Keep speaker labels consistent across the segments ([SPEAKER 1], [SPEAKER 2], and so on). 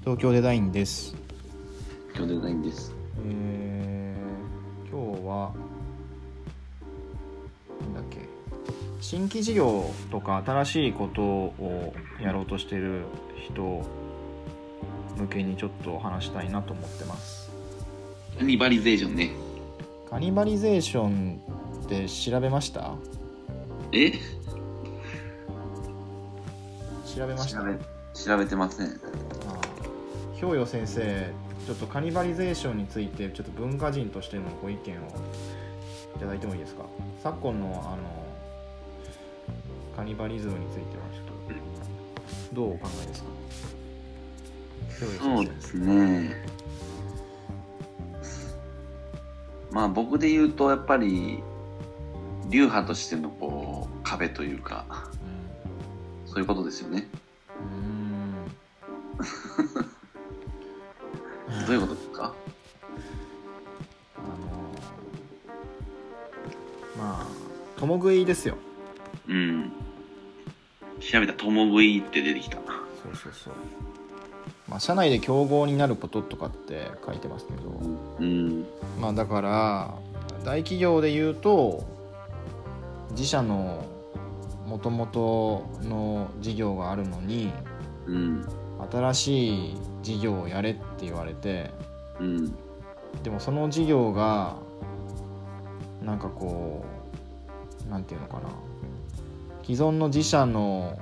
[SPEAKER 1] 東京デザインです、
[SPEAKER 2] 今日デザインです。
[SPEAKER 1] えー今日はなんだっけ新規事業とか新しいことをやろうとしてる人向けにちょっと話したいなと思ってます
[SPEAKER 2] カニバリゼーションね。
[SPEAKER 1] カニバリゼーションって調べました
[SPEAKER 2] え
[SPEAKER 1] 調べました
[SPEAKER 2] 調べ、調べてません。
[SPEAKER 1] ああひょうよ先生ちょっとカニバリゼーションについてちょっと文化人としてのご意見をいただいてもいいですか昨今のあのカニバリズムについてはちょっとどうお考えですかひょうよ
[SPEAKER 2] そう
[SPEAKER 1] 先
[SPEAKER 2] ですね。まあ僕で言うとやっぱり流派としてのこう壁というか
[SPEAKER 1] 生
[SPEAKER 2] そういうことですよね。
[SPEAKER 1] うんうーん
[SPEAKER 2] どういうことですか？
[SPEAKER 1] あのまあ共食いですよ
[SPEAKER 2] うん。調べた共食いって出てきた。
[SPEAKER 1] そうそうそうまあ社内で競合になることとかって書いてますけど、
[SPEAKER 2] うん。
[SPEAKER 1] まあだから大企業で言うと自社のもともとの事業があるのに
[SPEAKER 2] うん。
[SPEAKER 1] 新しい事業をやれって言われて
[SPEAKER 2] うん。
[SPEAKER 1] でもその事業がなんかこうなんていうのかな既存の自社の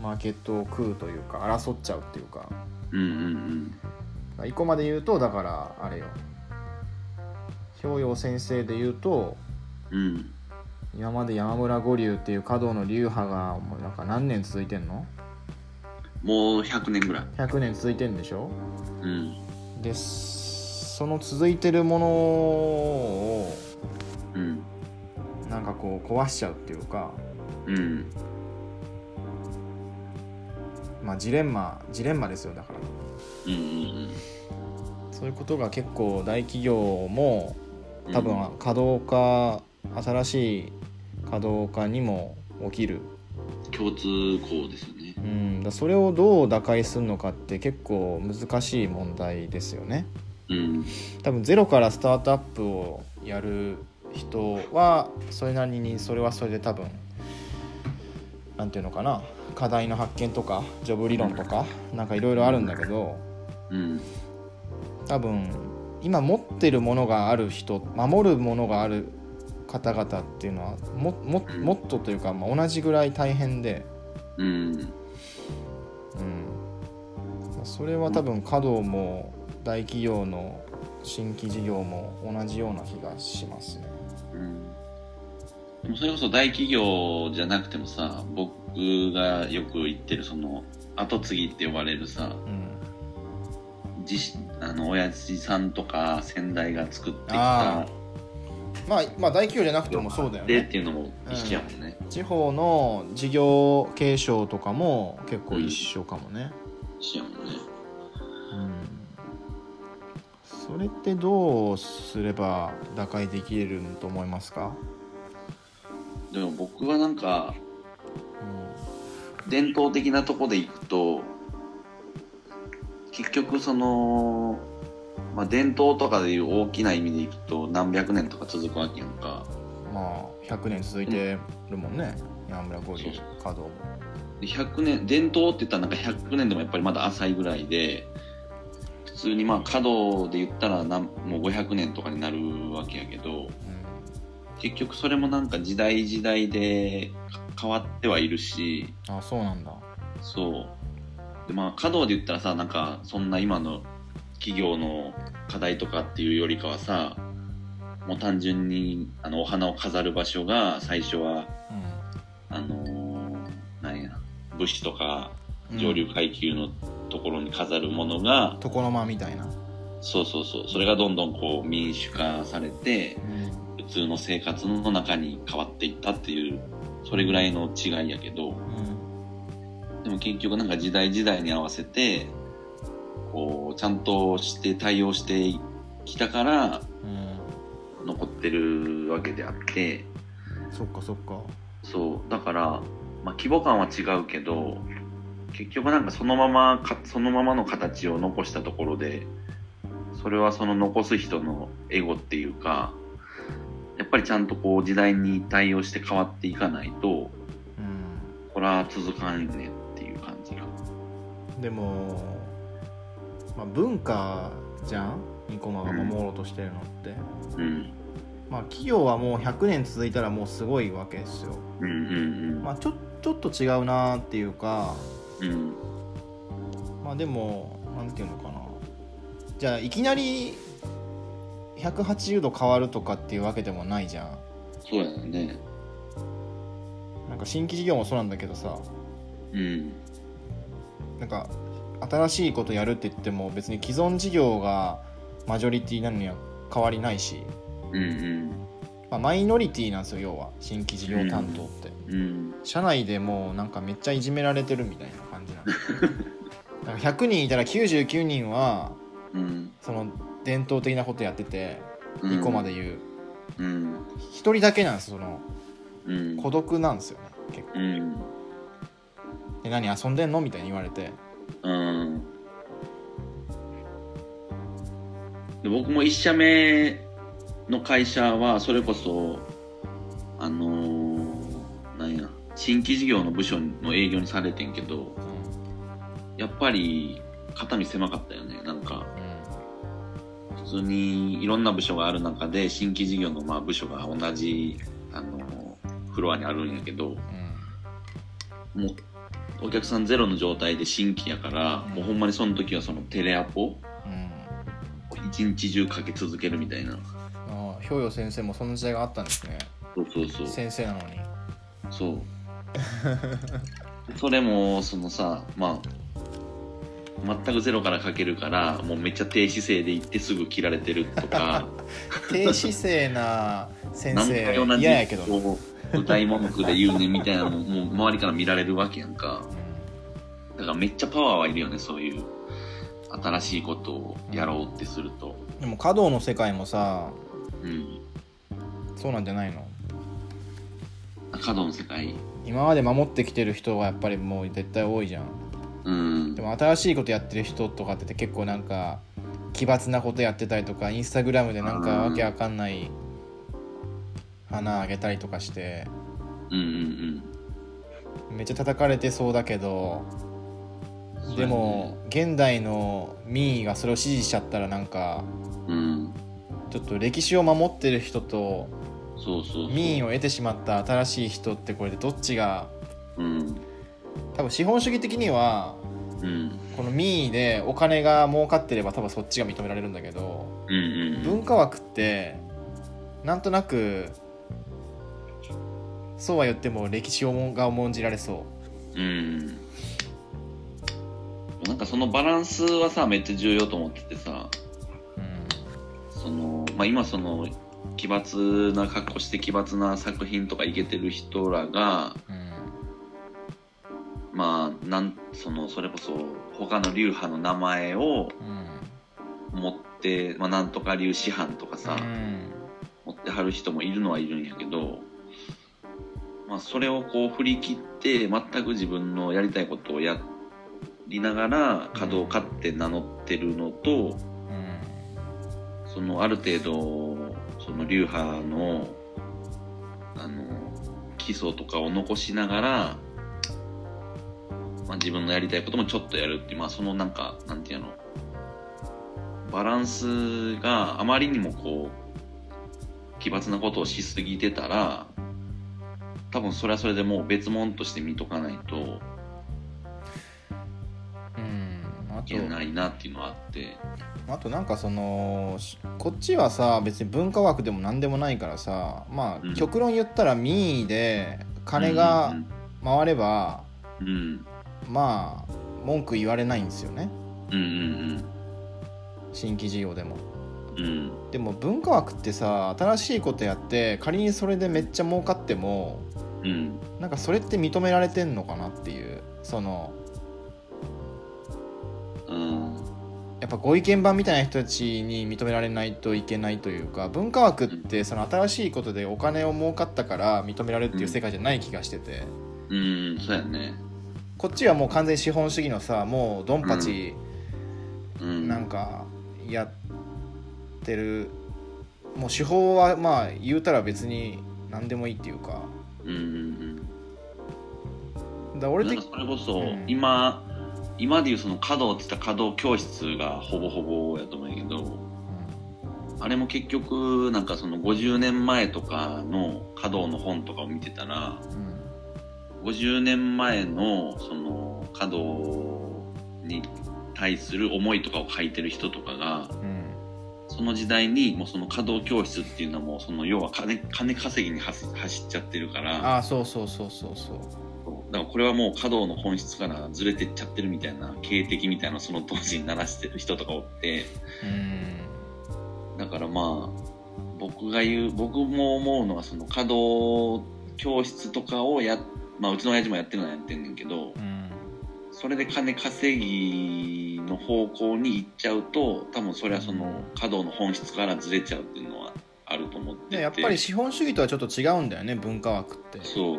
[SPEAKER 1] マーケットを食うというか争っちゃうっていうか
[SPEAKER 2] うんうん
[SPEAKER 1] 一個まで言うとだからあれよ氷陽先生で言うと
[SPEAKER 2] うん。うん。
[SPEAKER 1] 今まで山村五流っていう華道の流派がもうなんか何年続いてんの
[SPEAKER 2] もう100年ぐらい。
[SPEAKER 1] 100年続いてんでしょ
[SPEAKER 2] うん。
[SPEAKER 1] でその続いてるものを
[SPEAKER 2] うん。
[SPEAKER 1] なんかこう壊しちゃうっていうか、
[SPEAKER 2] うん。
[SPEAKER 1] まあ、ジレンマジレンマですよだから
[SPEAKER 2] うんうん
[SPEAKER 1] そういうことが結構大企業も
[SPEAKER 2] うん
[SPEAKER 1] 多分稼働化新しい稼働化にも起きる
[SPEAKER 2] 共通項ですよね
[SPEAKER 1] うん、だそれをどう打開するのかって結構難しい問題ですよね
[SPEAKER 2] うん
[SPEAKER 1] 多分ゼロからスタートアップをやる人はそれなりにそれはそれで多分なんていうのかな課題の発見とかジョブ理論とかなんかいろいろあるんだけど
[SPEAKER 2] うん
[SPEAKER 1] 多分今持ってるものがある人守るものがある方々っていうのはもももっとというか、まあ、同じぐらい大変で。
[SPEAKER 2] うん
[SPEAKER 1] うん、それは多分華道も大企業の新規事業も同じような気がしますね。
[SPEAKER 2] うんでもそれこそ大企業じゃなくてもさ僕がよく言ってるその後継ぎって呼ばれるさ
[SPEAKER 1] うん、
[SPEAKER 2] 自しあの親父さんとか先代が作ってき
[SPEAKER 1] あ
[SPEAKER 2] た
[SPEAKER 1] まあ、まあ大企業じゃなくてもそうだよ
[SPEAKER 2] でっ
[SPEAKER 1] ね
[SPEAKER 2] ていうのも一緒やもんね、
[SPEAKER 1] 地方の事業継承とかも結構一緒かもね、
[SPEAKER 2] 一緒やもんね
[SPEAKER 1] うん、それってどうすれば打開できると思いますか、
[SPEAKER 2] でも僕はなんか
[SPEAKER 1] うん
[SPEAKER 2] 伝統的なとこで行くと結局その、まあ、伝統とかでいう大きな意味でいくと何百年とか続くわけやんか
[SPEAKER 1] まあ100年続いてるもんね、山村五
[SPEAKER 2] そ
[SPEAKER 1] 流
[SPEAKER 2] う
[SPEAKER 1] 華道も。
[SPEAKER 2] で100年伝統って言ったらなんか100年でもやっぱりまだ浅いぐらいで普通にまあ華道で言ったらなんもう500年とかになるわけやけど結局それもなんか時代時代でか変わってはいるし
[SPEAKER 1] うん、あそうなんだ。
[SPEAKER 2] そう。で、まあ、稼働で言ったらさ、なんか、そんな今の企業の課題とかっていうよりかはさ、もう単純に、あの、お花を飾る場所が、最初は、
[SPEAKER 1] うん
[SPEAKER 2] あのー、なんや、武士とか
[SPEAKER 1] うん
[SPEAKER 2] 上流階級のところに飾るものが、
[SPEAKER 1] 床の間みたいな、
[SPEAKER 2] そうそうそう、それがどんどんこう民主化されて、普通の生活の中に変わっていったっていう、それぐらいの違いやけど、でも結局なんか時代時代に合わせて、こう、ちゃんとして対応してきたから残ってるわけであって、
[SPEAKER 1] そっかそっか
[SPEAKER 2] そう、だから、まあ規模感は違うけど、結局なんかそのままかそのままの形を残したところでそれはその残す人のエゴっていうかやっぱりちゃんとこう時代に対応して変わっていかないと
[SPEAKER 1] う
[SPEAKER 2] これは続かんねっていう感じが
[SPEAKER 1] ん、でも、まあ、文化じゃんニコマが守ろうとしてるのって、
[SPEAKER 2] うん
[SPEAKER 1] まあ、企業はもう100年続いたらもうすごいわけですよ、
[SPEAKER 2] うんうん
[SPEAKER 1] まあ、ちょちょっと違うなっていうか
[SPEAKER 2] うんうん
[SPEAKER 1] まあでもなんていうのかなじゃあいきなり180度変わるとかっていうわけでもないじゃん
[SPEAKER 2] そうやね
[SPEAKER 1] なんか新規事業もそうなんだけどさ
[SPEAKER 2] うん
[SPEAKER 1] なんか新しいことやるって言っても別に既存事業がマジョリティなのには変わりないし、
[SPEAKER 2] うん
[SPEAKER 1] まあ、マイノリティなんですよ要は新規事業担当って、
[SPEAKER 2] うんうん
[SPEAKER 1] 社内でもうなんかめっちゃいじめられてるみたいな感じなんです よなんか100人いたら99人は
[SPEAKER 2] うん
[SPEAKER 1] その伝統的なことやってて
[SPEAKER 2] うん
[SPEAKER 1] 2個まで言う、
[SPEAKER 2] うん
[SPEAKER 1] 一人だけなんですその
[SPEAKER 2] うん
[SPEAKER 1] 孤独なんですよね結構
[SPEAKER 2] うん
[SPEAKER 1] 「で何遊んでんの?」みたいに言われて
[SPEAKER 2] うんで僕も一社目の会社はそれこそあのーなんや新規事業の部署の営業にされてんけど
[SPEAKER 1] うん
[SPEAKER 2] やっぱり肩身狭かったよねなんか普通にいろんな部署がある中で新規事業のまあ部署が同じあのフロアにあるんやけどもうお客さんゼロの状態で新規やから、もうほんまにその時はそのテレアポを
[SPEAKER 1] うんうん
[SPEAKER 2] 一日中かけ続けるみたいな
[SPEAKER 1] ああ氷洋先生もそんな時代があったんですね
[SPEAKER 2] そうそうそう
[SPEAKER 1] 先生なのに
[SPEAKER 2] そう それもそのさまあ全くゼロからかけるからもうめっちゃ低姿勢で行ってすぐ切られてるとか
[SPEAKER 1] 低姿勢な 先
[SPEAKER 2] 何
[SPEAKER 1] 生
[SPEAKER 2] 回同じ
[SPEAKER 1] 嫌やけど、
[SPEAKER 2] こう歌い文句で言うねみたいなのももう周りから見られるわけやんか
[SPEAKER 1] う
[SPEAKER 2] だからめっちゃパワーはいるよねそういう新しいことをやろうってすると
[SPEAKER 1] んでも華道の世界もさ
[SPEAKER 2] うん
[SPEAKER 1] そうなんじゃないの
[SPEAKER 2] 角の世界
[SPEAKER 1] 今まで守ってきてる人はやっぱりもう絶対多いじゃん
[SPEAKER 2] うん
[SPEAKER 1] でも新しいことやってる人とかって結構なんか奇抜なことやってたりとかインスタグラムでなんか
[SPEAKER 2] うん
[SPEAKER 1] わけわかんない花あげたりとかして
[SPEAKER 2] うんうん
[SPEAKER 1] めっちゃ叩かれてそうだけど
[SPEAKER 2] うん
[SPEAKER 1] でも現代の民意がそれを支持しちゃったらなんか
[SPEAKER 2] うん
[SPEAKER 1] ちょっと歴史を守ってる人と
[SPEAKER 2] そうそうそう
[SPEAKER 1] 民意を得てしまった新しい人ってこれでどっちが
[SPEAKER 2] うん
[SPEAKER 1] 多分資本主義的には
[SPEAKER 2] うん
[SPEAKER 1] この民意でお金が儲かってれば多分そっちが認められるんだけど
[SPEAKER 2] うんうんうん
[SPEAKER 1] 文化枠ってなんとなくそうは言っても歴史をもが重んじられそ
[SPEAKER 2] うんなんかそのバランスはさめっちゃ重要と思っててさ
[SPEAKER 1] う、うん
[SPEAKER 2] その、まあ、今その奇抜な格好して奇抜な作品とかいけてる人らが
[SPEAKER 1] うん
[SPEAKER 2] まあなんそのそれこそ他の流派の名前を
[SPEAKER 1] うん
[SPEAKER 2] 持って、まあ、なんとか流師範とかさ、
[SPEAKER 1] うん
[SPEAKER 2] 持ってはる人もいるのはいるんやけど、まあ、それをこう振り切って全く自分のやりたいことをやりながら稼働家って名乗ってるのと、
[SPEAKER 1] うん
[SPEAKER 2] そのある程度その流派のあの基礎とかを残しながら、まあ、自分のやりたいこともちょっとやるっていう、まあ、そのなんかなんていうのバランスがあまりにもこう奇抜なことをしすぎてたら多分それはそれでもう別物として見とかないと
[SPEAKER 1] うんあ
[SPEAKER 2] いけな
[SPEAKER 1] と
[SPEAKER 2] いなっていうのはあって
[SPEAKER 1] あとなんかそのしこっちはさ別に文化枠でも何でもないからさま
[SPEAKER 2] うん
[SPEAKER 1] あ極論言ったら民意で金が回れば
[SPEAKER 2] うんうん
[SPEAKER 1] まあ文句言われないんですよね
[SPEAKER 2] うんうん
[SPEAKER 1] 新規事業でも。
[SPEAKER 2] うんうん
[SPEAKER 1] でも文化枠ってさ新しいことやって仮にそれでめっちゃ儲かっても
[SPEAKER 2] うん
[SPEAKER 1] なんかそれって認められてんのかなっていうその
[SPEAKER 2] うん
[SPEAKER 1] やっぱご意見番みたいな人たちに認められないといけないというか文化枠ってその新しいことでお金を儲かったから認められるっていう世界じゃない気がしてて、
[SPEAKER 2] うん、そうやね。
[SPEAKER 1] こっちはもう完全資本主義のさもうドンパチ
[SPEAKER 2] うん。
[SPEAKER 1] なんかやってる、もう手法はまあ言うたら別に何でもいいっていうか
[SPEAKER 2] うんうん
[SPEAKER 1] だから
[SPEAKER 2] う
[SPEAKER 1] 俺
[SPEAKER 2] ん。なん
[SPEAKER 1] 的
[SPEAKER 2] かそれこそ、
[SPEAKER 1] うん
[SPEAKER 2] 今、今でいうその華道って言ったら華道教室がほぼほぼやと思うんやけど、あれも結局、なんかその50年前とかの華道の本とかを見てたら、
[SPEAKER 1] うん
[SPEAKER 2] 50年前のその華道に対する思いとかを書いてる人とかが、
[SPEAKER 1] うん
[SPEAKER 2] その時代にもうその華道教室っていうのはもうその要は金金稼ぎに走走っちゃってるから、
[SPEAKER 1] ああそうそうそうそうそう
[SPEAKER 2] だからこれはもう華道の本質からずれてっちゃってるみたいな、警笛みたいなその当時に鳴らしてる人とかおって、
[SPEAKER 1] うん
[SPEAKER 2] だからまあ僕が言う僕も思うのはその稼働教室とかをやまあうちの親父もやってるのはやってんねんけど
[SPEAKER 1] うん
[SPEAKER 2] それで金稼ぎの方向に行っちゃうと多分それはその稼働の本質からずれちゃうっていうのはあると思ってて
[SPEAKER 1] でやっぱり資本主義とはちょっと違うんだよね文化枠って
[SPEAKER 2] そう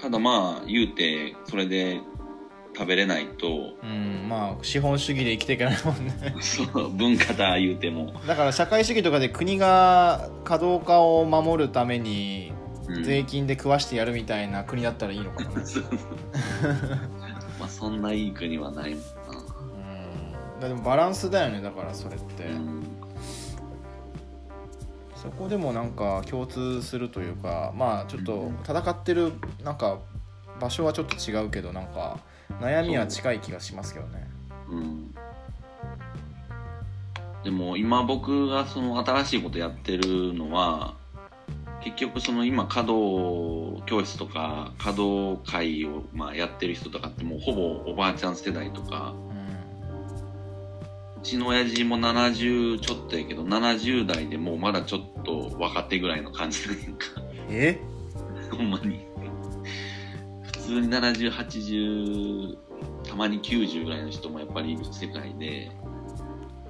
[SPEAKER 2] ただまあ言うてそれで食べれないと
[SPEAKER 1] うんまあ資本主義で生きていけないもんね
[SPEAKER 2] そう 文化だ言うても、
[SPEAKER 1] だから社会主義とかで国が稼働家を守るために
[SPEAKER 2] うん
[SPEAKER 1] 税金で食わしてやるみたいな国だったらいいの かな、うん、だ
[SPEAKER 2] そうそうまあそんないい国はないもんな
[SPEAKER 1] からでもバランスだよねだからそれって、
[SPEAKER 2] うん
[SPEAKER 1] そこでもなんか共通するというかまあちょっと戦ってるなんか場所はちょっと違うけどなんか悩みは近い気がしますけどね
[SPEAKER 2] うんでも今僕がその新しいことやってるのは結局その今稼働教室とか稼働会をまあやってる人とかってもうほぼおばあちゃん世代とか
[SPEAKER 1] うん
[SPEAKER 2] うちの親父も70ちょっとやけど70代でもうまだちょっと若手ぐらいの感じなんやんか
[SPEAKER 1] え
[SPEAKER 2] ほんまに普通に7080たまに90ぐらいの人もやっぱりいる世界で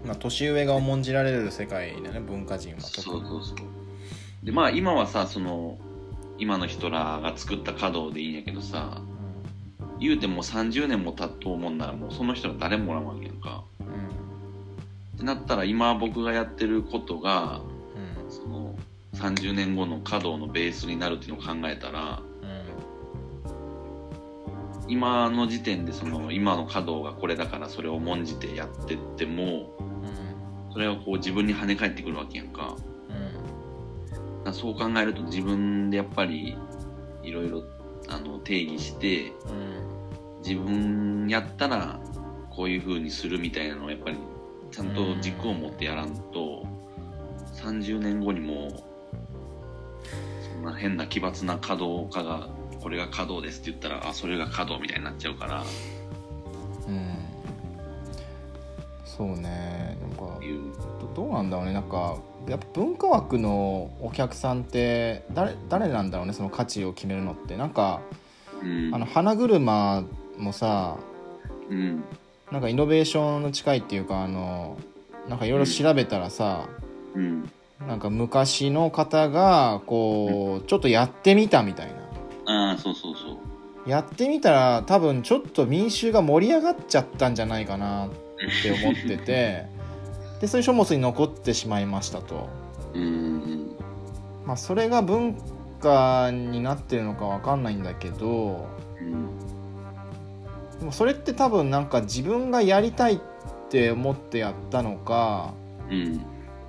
[SPEAKER 1] まあ年上が重んじられる世界だよね文化人は特
[SPEAKER 2] そう
[SPEAKER 1] に
[SPEAKER 2] そうそうでまあ今はさその今の人らが作った稼働でいいんやけどさ言うてもう30年も経っとうもんならもうその人ら誰もおらんわけやんか
[SPEAKER 1] うん
[SPEAKER 2] ってなったら今僕がやってることがその30年後の稼働のベースになるっていうのを考えたら
[SPEAKER 1] うん
[SPEAKER 2] 今の時点でその今の稼働がこれだからそれを重んじてやってっても
[SPEAKER 1] うん
[SPEAKER 2] それがこう自分に跳ね返ってくるわけやん
[SPEAKER 1] うん
[SPEAKER 2] かだからそう考えると自分でやっぱりいろいろあの定義して
[SPEAKER 1] うん
[SPEAKER 2] 自分やったらこういう風にするみたいなのをやっぱりちゃんと軸を持ってやらんと30年後にもそんな変な奇抜な稼働家がこれが稼働ですって言ったらあそれが稼働みたいになっちゃうからっ
[SPEAKER 1] うんそうねなんか
[SPEAKER 2] ていう
[SPEAKER 1] どどうなんだろうねなんかやっぱ文化枠のお客さんって誰誰なんだろうねその価値を決めるのってなんか
[SPEAKER 2] うん
[SPEAKER 1] あの花車もさ
[SPEAKER 2] うん
[SPEAKER 1] なんかイノベーションの近いっていうかあのなんかいろいろ調べたらさ、
[SPEAKER 2] うん
[SPEAKER 1] なんか昔の方がこうちょっとやってみたみたいな
[SPEAKER 2] ああそうそうそう
[SPEAKER 1] やってみたら多分ちょっと民衆が盛り上がっちゃったんじゃないかなって思っててでそういう書物に残ってしまいましたと。
[SPEAKER 2] うん
[SPEAKER 1] まあ、それが文化になってるのかわかんないんだけど
[SPEAKER 2] うん
[SPEAKER 1] でもそれって多分なんか自分がやりたいって思ってやったのか
[SPEAKER 2] うん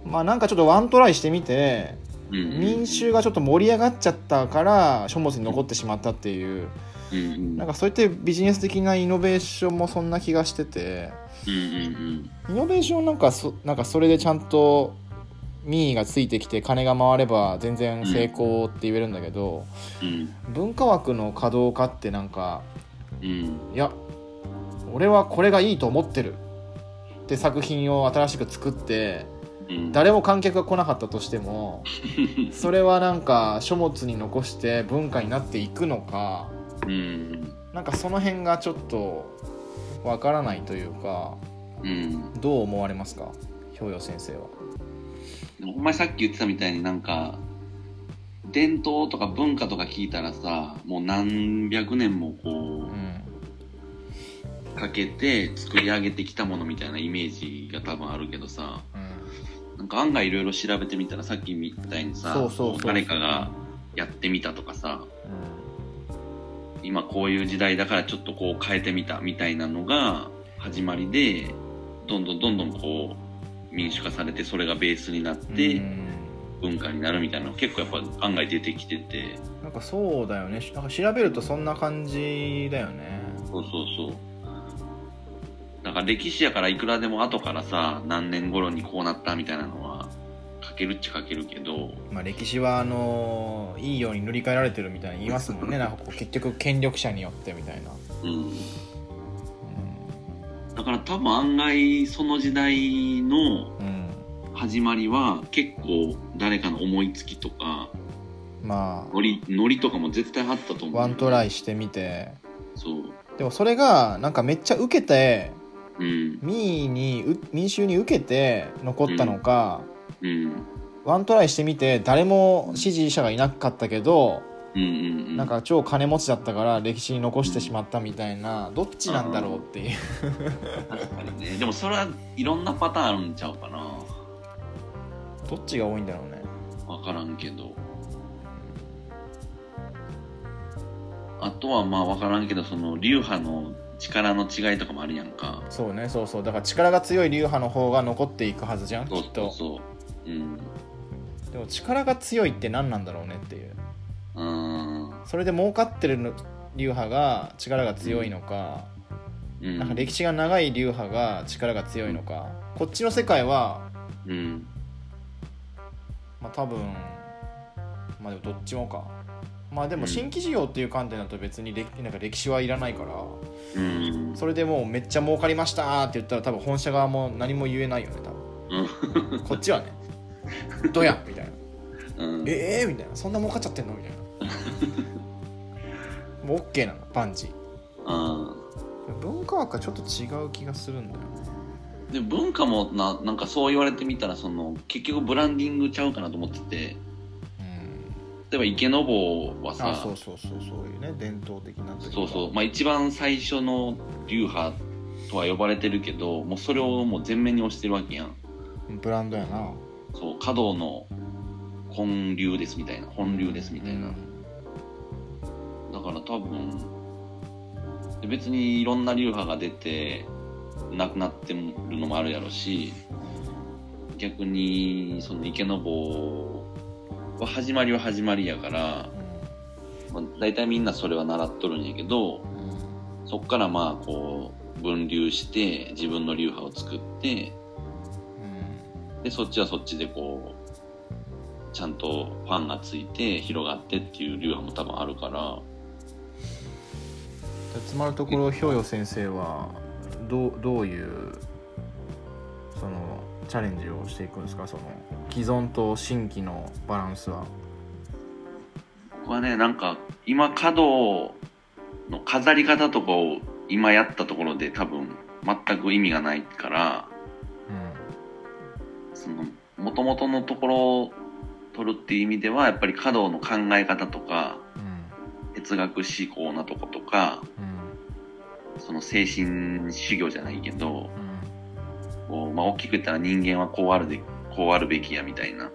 [SPEAKER 1] まあなんかちょっとワントライしてみて
[SPEAKER 2] うん
[SPEAKER 1] 民衆がちょっと盛り上がっちゃったから書物に残ってしまったっていう
[SPEAKER 2] うんうん
[SPEAKER 1] なんかそういってビジネス的なイノベーションもそんな気がしてて
[SPEAKER 2] うんうん
[SPEAKER 1] イノベーションなんかそなんかそれでちゃんと民意がついてきて金が回れば全然成功って言えるんだけど。
[SPEAKER 2] うん
[SPEAKER 1] 文化枠の稼働家ってなんか
[SPEAKER 2] うん
[SPEAKER 1] いや俺はこれがいいと思ってるって作品を新しく作って
[SPEAKER 2] うん
[SPEAKER 1] 誰も観客が来なかったとしてもそれはなんか書物に残して文化になっていくのか
[SPEAKER 2] うん
[SPEAKER 1] なんかその辺がちょっとわからないというか
[SPEAKER 2] うん
[SPEAKER 1] どう思われますか氷洋先生は。
[SPEAKER 2] でもほんまにさっき言ってたみたいになんか伝統とか文化とか聞いたらさもう何百年もこ
[SPEAKER 1] うん
[SPEAKER 2] うかけて作り上げてきたものみたいなイメージが多分あるけどさなんか案外いろいろ調べてみたらさっきみたいにさ
[SPEAKER 1] そうそうそう
[SPEAKER 2] 誰かがやってみたとかさ今こういう時代だからちょっとこう変えてみたみたいなのが始まりでどんどんどんどんこう民主化されてそれがベースになっ
[SPEAKER 1] うん
[SPEAKER 2] て、
[SPEAKER 1] うん
[SPEAKER 2] 文化になるみたいなの結構やっぱ案外出てきてて
[SPEAKER 1] なんかそうだよねなんか調べるとそんな感じだよね
[SPEAKER 2] そうそうそうなんか歴史やからいくらでも後からさ何年頃にこうなったみたいなのは書けるっちゃ書けるけど
[SPEAKER 1] まあ、歴史はあのいいように塗り替えられてるみたいに言いますもん ねなんかこう結局権力者によってみたいな、
[SPEAKER 2] うんだから多分案外その時代の
[SPEAKER 1] うんうん、
[SPEAKER 2] 始まりは結構誰かの思いつきとか
[SPEAKER 1] ま
[SPEAKER 2] ノリノリとかも絶対あったと思う
[SPEAKER 1] あワントラ
[SPEAKER 2] イ
[SPEAKER 1] イしてみて
[SPEAKER 2] そう
[SPEAKER 1] でもそれがなんかめっちゃ受けて
[SPEAKER 2] うん
[SPEAKER 1] 民意にう民衆に受けて残ったのか、
[SPEAKER 2] うん
[SPEAKER 1] ワントライしてみて誰も支持者がいなかったけど、
[SPEAKER 2] うんうんうん
[SPEAKER 1] なんか超金持ちだったから歴史に残してしまったみたいなどっちなんだろうっていう
[SPEAKER 2] 確かにねでもそれはいろんなパターンあるんちゃうかな
[SPEAKER 1] どっちが多いんだろうね
[SPEAKER 2] 分からんけどあとはまあ分からんけどその流派の力の違いとかもあるやんか
[SPEAKER 1] そうねそうそうだから力が強い流派の方が残っていくはずじゃんき
[SPEAKER 2] そう
[SPEAKER 1] っ
[SPEAKER 2] そう
[SPEAKER 1] と
[SPEAKER 2] そううん
[SPEAKER 1] でも力が強いって何なんだろうねっていう
[SPEAKER 2] うん
[SPEAKER 1] それで儲かってるの流派が力が強いのか、
[SPEAKER 2] うん
[SPEAKER 1] なんか歴史が長い流派が力が強いのかこっちの世界は
[SPEAKER 2] うん
[SPEAKER 1] まあ多分まあでもどっちもかまあでも新規事業っていう観点だと別に歴なんか歴史はいらないから
[SPEAKER 2] うん
[SPEAKER 1] それでもうめっちゃ儲かりましたーって言ったら多分本社側も何も言えないよね多分こっちはねどやみたいな
[SPEAKER 2] うん
[SPEAKER 1] ええー、みたいなそんな儲かっちゃってんのみたい なもう OK なのバンジ
[SPEAKER 2] あ
[SPEAKER 1] ー文化学はちょっと違う気がするんだよね
[SPEAKER 2] ーで文化もななんかそう言われてみたらその結局ブランディングちゃうかなと思ってて
[SPEAKER 1] うん
[SPEAKER 2] 例えば池坊はさ
[SPEAKER 1] あそうそうそうそういうね伝統的なといか
[SPEAKER 2] そうそう、まあ、一番最初の流派とは呼ばれてるけどもうそれをもう全面に推してるわけやん
[SPEAKER 1] ブランドやな
[SPEAKER 2] そう華道の建立ですみたいな本流ですみたいな、
[SPEAKER 1] うん
[SPEAKER 2] だから多分で別にいろんな流派が出てなくなってるのもあるやろし逆にその池坊は始まりは始まりやから、まあ、大体みんなそれは習っとるんやけどそっからまあこう分流して自分の流派を作ってでそっちはそっちでこうちゃんとファンがついて広がってっていう流派も多分あるから
[SPEAKER 1] つまるところ氷洋先生はどうどういうそのチャレンジをしていくんですかその既存と新規のバランスは
[SPEAKER 2] 僕はねなんか今華道の飾り方とかを今やったところで多分全く意味がないから
[SPEAKER 1] う
[SPEAKER 2] その元々のところを取るっていう意味ではやっぱり華道の考え方とか
[SPEAKER 1] んうん
[SPEAKER 2] 哲学思考なとことか
[SPEAKER 1] うん
[SPEAKER 2] その精神修行じゃないけど
[SPEAKER 1] うん
[SPEAKER 2] こう、まあ、大きく言ったら人間はこうあるでこうあるべきやみたいな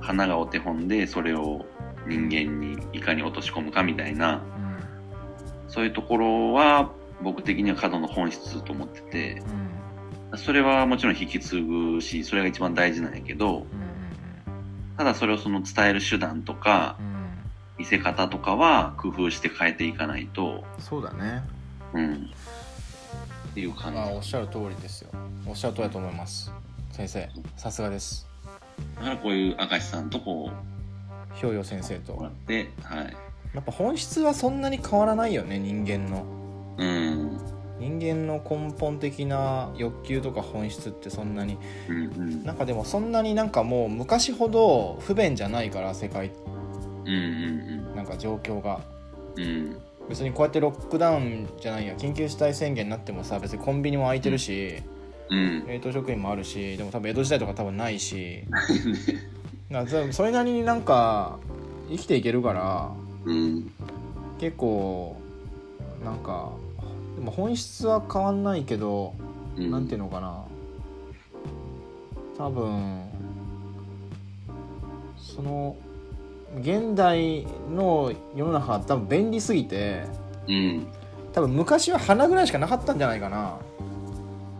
[SPEAKER 2] 花がお手本でそれを人間にいかに落とし込むかみたいな
[SPEAKER 1] うんうん
[SPEAKER 2] そういうところは僕的には角の本質と思ってて
[SPEAKER 1] うんうん
[SPEAKER 2] それはもちろん引き継ぐしそれが一番大事なんやけどただそれをその伝える手段とか
[SPEAKER 1] うんうん
[SPEAKER 2] 見せ方とかは工夫して変えていかないと
[SPEAKER 1] そうだね
[SPEAKER 2] うんっていう感じ
[SPEAKER 1] まあおっしゃる通りですよおっしゃる通りだと思います先生さすがです
[SPEAKER 2] だからこういう明石さんとこ
[SPEAKER 1] 氷洋先生と
[SPEAKER 2] うもらってはい
[SPEAKER 1] やっぱ本質はそんなに変わらないよね人間の
[SPEAKER 2] うん
[SPEAKER 1] 人間の根本的な欲求とか本質ってそんなに
[SPEAKER 2] うんうん
[SPEAKER 1] なんかでもそんなになんかもう昔ほど不便じゃないから世界
[SPEAKER 2] うんうん
[SPEAKER 1] なんか状況が
[SPEAKER 2] うんうん
[SPEAKER 1] 別にこうやってロックダウンじゃないや緊急事態宣言になってもさ別にコンビニも空いてるし、
[SPEAKER 2] うん
[SPEAKER 1] 冷凍食品もあるしでも多分江戸時代とか多分ないしなそそれなりになんか生きていけるから
[SPEAKER 2] うん
[SPEAKER 1] 結構なんかでも本質は変わんないけど、
[SPEAKER 2] うん、
[SPEAKER 1] なんていうのかな多分その現代の世の中は多分便利すぎて
[SPEAKER 2] うん。
[SPEAKER 1] 多分昔は花ぐらいしかなかったんじゃないかな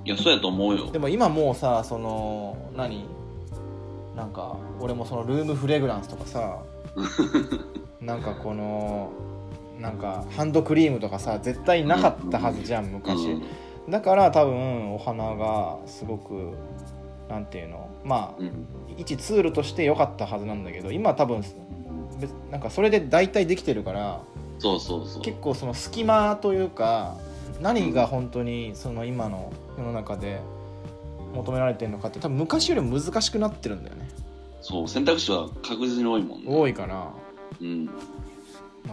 [SPEAKER 1] い
[SPEAKER 2] や、そうやと思うよ
[SPEAKER 1] で。も今もうさその何なんか俺もそのルームフレグランスとか さなんかこのなんかハンドクリームとかさ絶対なかったはずじゃん
[SPEAKER 2] う
[SPEAKER 1] 昔、
[SPEAKER 2] ん。
[SPEAKER 1] だから多分お花がすごくなんていうのまあ
[SPEAKER 2] うん。
[SPEAKER 1] 一ツールとして良かったはずなんだけど今多分別なんかそれで大体できてるから
[SPEAKER 2] そうそうそう。
[SPEAKER 1] 結構その隙間というか何が本当にその今の世の中で求められてるのかって多分昔よりも難しくなってるんだよね
[SPEAKER 2] そう、選択肢は確実に多いもんね。
[SPEAKER 1] 多いから、
[SPEAKER 2] うん。
[SPEAKER 1] ま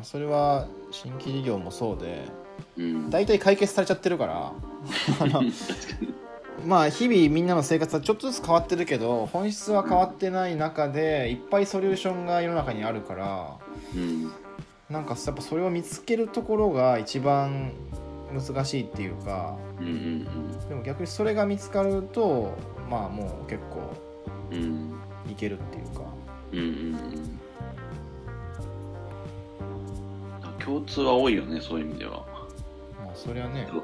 [SPEAKER 1] あ、それは新規事業もそうで
[SPEAKER 2] うん。
[SPEAKER 1] 大体解決されちゃってるからあのまあ日々みんなの生活はちょっとずつ変わってるけど本質は変わってない中でいっぱいソリューションが世の中にあるから
[SPEAKER 2] うん。
[SPEAKER 1] なんかやっぱそれを見つけるところが一番難しいっていうか
[SPEAKER 2] うんうん
[SPEAKER 1] でも逆にそれが見つかるとまあもう結構
[SPEAKER 2] うん。うん。
[SPEAKER 1] いけるっていうか
[SPEAKER 2] うんうんうん。共通は多いよね、そういう意味では。
[SPEAKER 1] まあそれはね
[SPEAKER 2] そう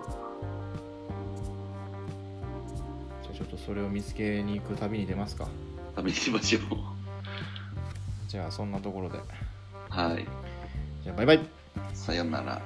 [SPEAKER 1] じゃあちょっとそれを見つけに行く旅に出ますか
[SPEAKER 2] 食べに行きましょう。
[SPEAKER 1] じゃあそんなところで
[SPEAKER 2] はい。
[SPEAKER 1] じゃあバイバイ
[SPEAKER 2] さよなら。